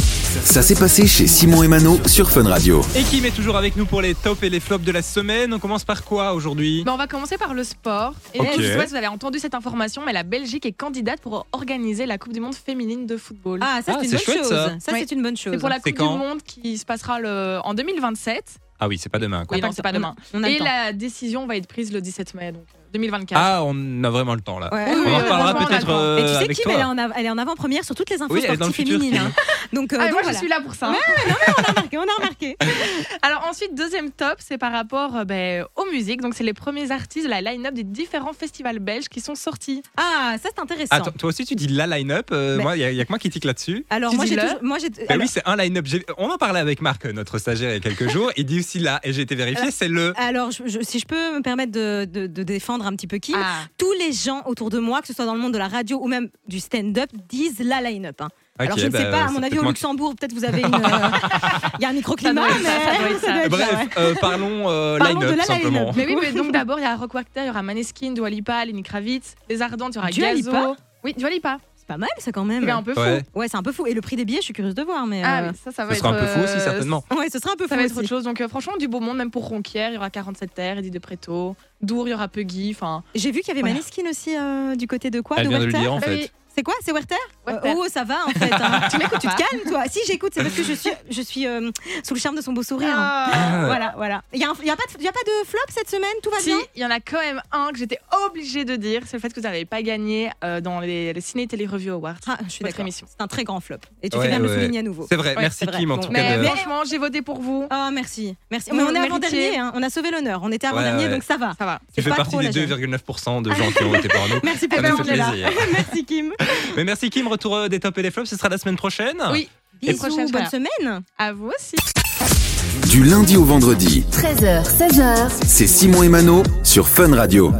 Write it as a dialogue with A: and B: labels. A: Ça s'est passé chez Simon et Mano sur Fun Radio.
B: Et Kim est toujours avec nous pour les tops et les flops de la semaine. On commence par quoi aujourd'hui
C: Bon, on va commencer par le sport. Et
B: Ok.
C: je sais pas si vous avez entendu cette information, mais la Belgique est candidate pour organiser la Coupe du Monde féminine de football.
D: Ah, ça,
B: Ah,
D: c'est une
B: c'est
D: bonne
B: chouette,
D: chose.
B: ça.
D: Ça,
C: Oui.
D: c'est une bonne chose.
C: c'est pour la
B: C'est
C: Coupe du
B: quand
C: Monde qui se passera le- en 2027.
B: Ah oui, c'est pas demain quoi.
C: Oui, non,
D: le
C: c'est pas
D: temps.
C: demain.
D: On a le
C: Et
D: temps.
C: la décision va être prise le 17 mai, donc euh, 2024.
B: Ah, on a vraiment le temps là.
D: Ouais.
C: Oui,
B: on en
C: oui,
B: parlera
C: franchement, on a
B: peut-être
C: le temps.
B: euh,
D: Mais tu sais,
B: avec
D: Kim,
B: toi.
D: elle est, en av- elle est en avant-première sur toutes les infos
B: Oui, elle est dans le
D: sportives
B: futur,
D: féminines.
B: Kim.
D: hein. Donc, euh,
C: Ah, et
D: donc
C: moi,
D: voilà.
C: je suis là pour ça. hein.
D: On a remarqué, on a remarqué.
C: Alors ensuite, deuxième top, c'est par rapport euh, ben, aux musiques. Donc c'est les premiers artistes de la line-up des différents festivals belges qui sont sortis.
D: Ah, ça, c'est intéressant.
B: Attends, toi aussi tu dis la line-up. euh,
D: Mais-
B: Moi, il y, a- y a que moi qui tique là-dessus.
D: Alors,
C: Tu
D: moi,
C: dis
D: j'ai
C: le
D: toujours- moi, j'ai.
B: Bah
D: alors-
B: oui, c'est un line-up. J'ai- On en parlait avec Marc, notre stagiaire, il y a quelques jours. Il dit aussi là, et j'ai été vérifié, c'est le.
D: Alors, je- je- si je peux me permettre de, de- de défendre un petit peu Kim,
C: Ah.
D: tous les gens autour de moi, que ce soit dans le monde de la radio ou même du stand-up, disent la line-up. hein. Alors,
B: Ok,
D: je ne
B: bah,
D: sais pas, à
B: c'est
D: mon avis,
B: peut-être
D: au
B: moi
D: Luxembourg, peut-être vous avez une. euh, Il y a un microclimat,
C: Ça doit être
D: mais
C: ça, ça doit être ça.
D: doit être ça,
B: Bref,
D: ouais.
B: euh, parlons euh,
D: Parlons de
B: line-up
D: la
B: simplement.
D: line-up.
C: Mais oui, mais donc d'abord, il y a Rock Walker, il y aura Maneskin, Dua Lipa, Lenny Kravitz, Les Ardentes, il y aura
D: Dua
C: Gazo.
D: Lipa
C: oui, Dua Lipa.
D: C'est pas mal, ça, quand
C: C'est
D: même.
C: un peu fou.
B: Ouais.
D: Ouais, c'est un peu fou. Et le prix des billets, je suis curieuse de voir, mais.
C: Ah
D: euh,
C: oui, ça, ça va
B: Ce
C: être.
B: sera un peu faux aussi,
C: euh,
B: certainement.
D: Ouais, ce sera un peu fou
C: Ça va être
D: aussi.
C: autre chose. Donc euh, franchement, du beau monde, même pour Ronquière, il y aura 47 Terres, Eddie de Preto, Dour, il y aura Puggy, enfin.
D: J'ai vu qu'il y avait
C: Voilà.
D: Maneskin aussi euh, du côté de quoi
B: Elle
D: De
B: vient de le
D: Werther
B: dire en
C: Ah oui,
B: fait.
D: C'est quoi C'est Werther Euh,
C: Werther.
D: Oh, ça va en fait. hein. tu m'écoutes, tu te
C: pas.
D: calmes toi. Si j'écoute, c'est parce que je suis, je suis euh, sous le charme de son beau sourire. hein.
B: Ah.
D: Voilà, voilà. Il n'y a, un- y a, pas de- y a pas de flop cette semaine Tout va
C: Si,
D: bien
C: il y en a quand même un que j'étais obligée de dire, c'est le fait que vous n'avez pas gagné euh, dans les, les Ciné Télé Review Awards.
D: Ah, Je suis
C: Votre
D: d'accord.
C: émission.
D: C'est un très grand flop. Et tu
B: Ouais,
D: fais bien de
B: ouais.
D: le souligner à nouveau.
B: C'est vrai,
C: Ouais,
B: merci
D: c'est vrai.
B: Kim en
D: Bon.
B: tout cas.
C: Mais,
B: de-
C: mais franchement, j'ai voté pour vous.
D: Oh, merci. merci.
C: Vous
D: Mais on est
C: méritez.
D: avant-dernier, hein. on a sauvé l'honneur. On était avant-dernier,
B: ouais.
D: donc ça va.
C: Ça va.
B: Tu
D: c'est
B: fais
D: pas
B: partie
D: trop
B: des
D: la gêne.
B: 2,9% de gens qui ont été porno.
D: Merci
B: Ah, bah, Ça
D: pour
B: nous
D: nous,
B: fait
D: Angela.
B: plaisir.
D: Merci Kim.
B: Mais merci Kim, retour euh, des tops et des flops, ce sera la semaine prochaine.
C: Oui, Et prochaine
D: Bisous, bonne
C: fois.
D: semaine.
C: à vous aussi.
A: Du lundi au vendredi,
E: 13h, 16h.
A: c'est Simon et Mano sur Fun Radio.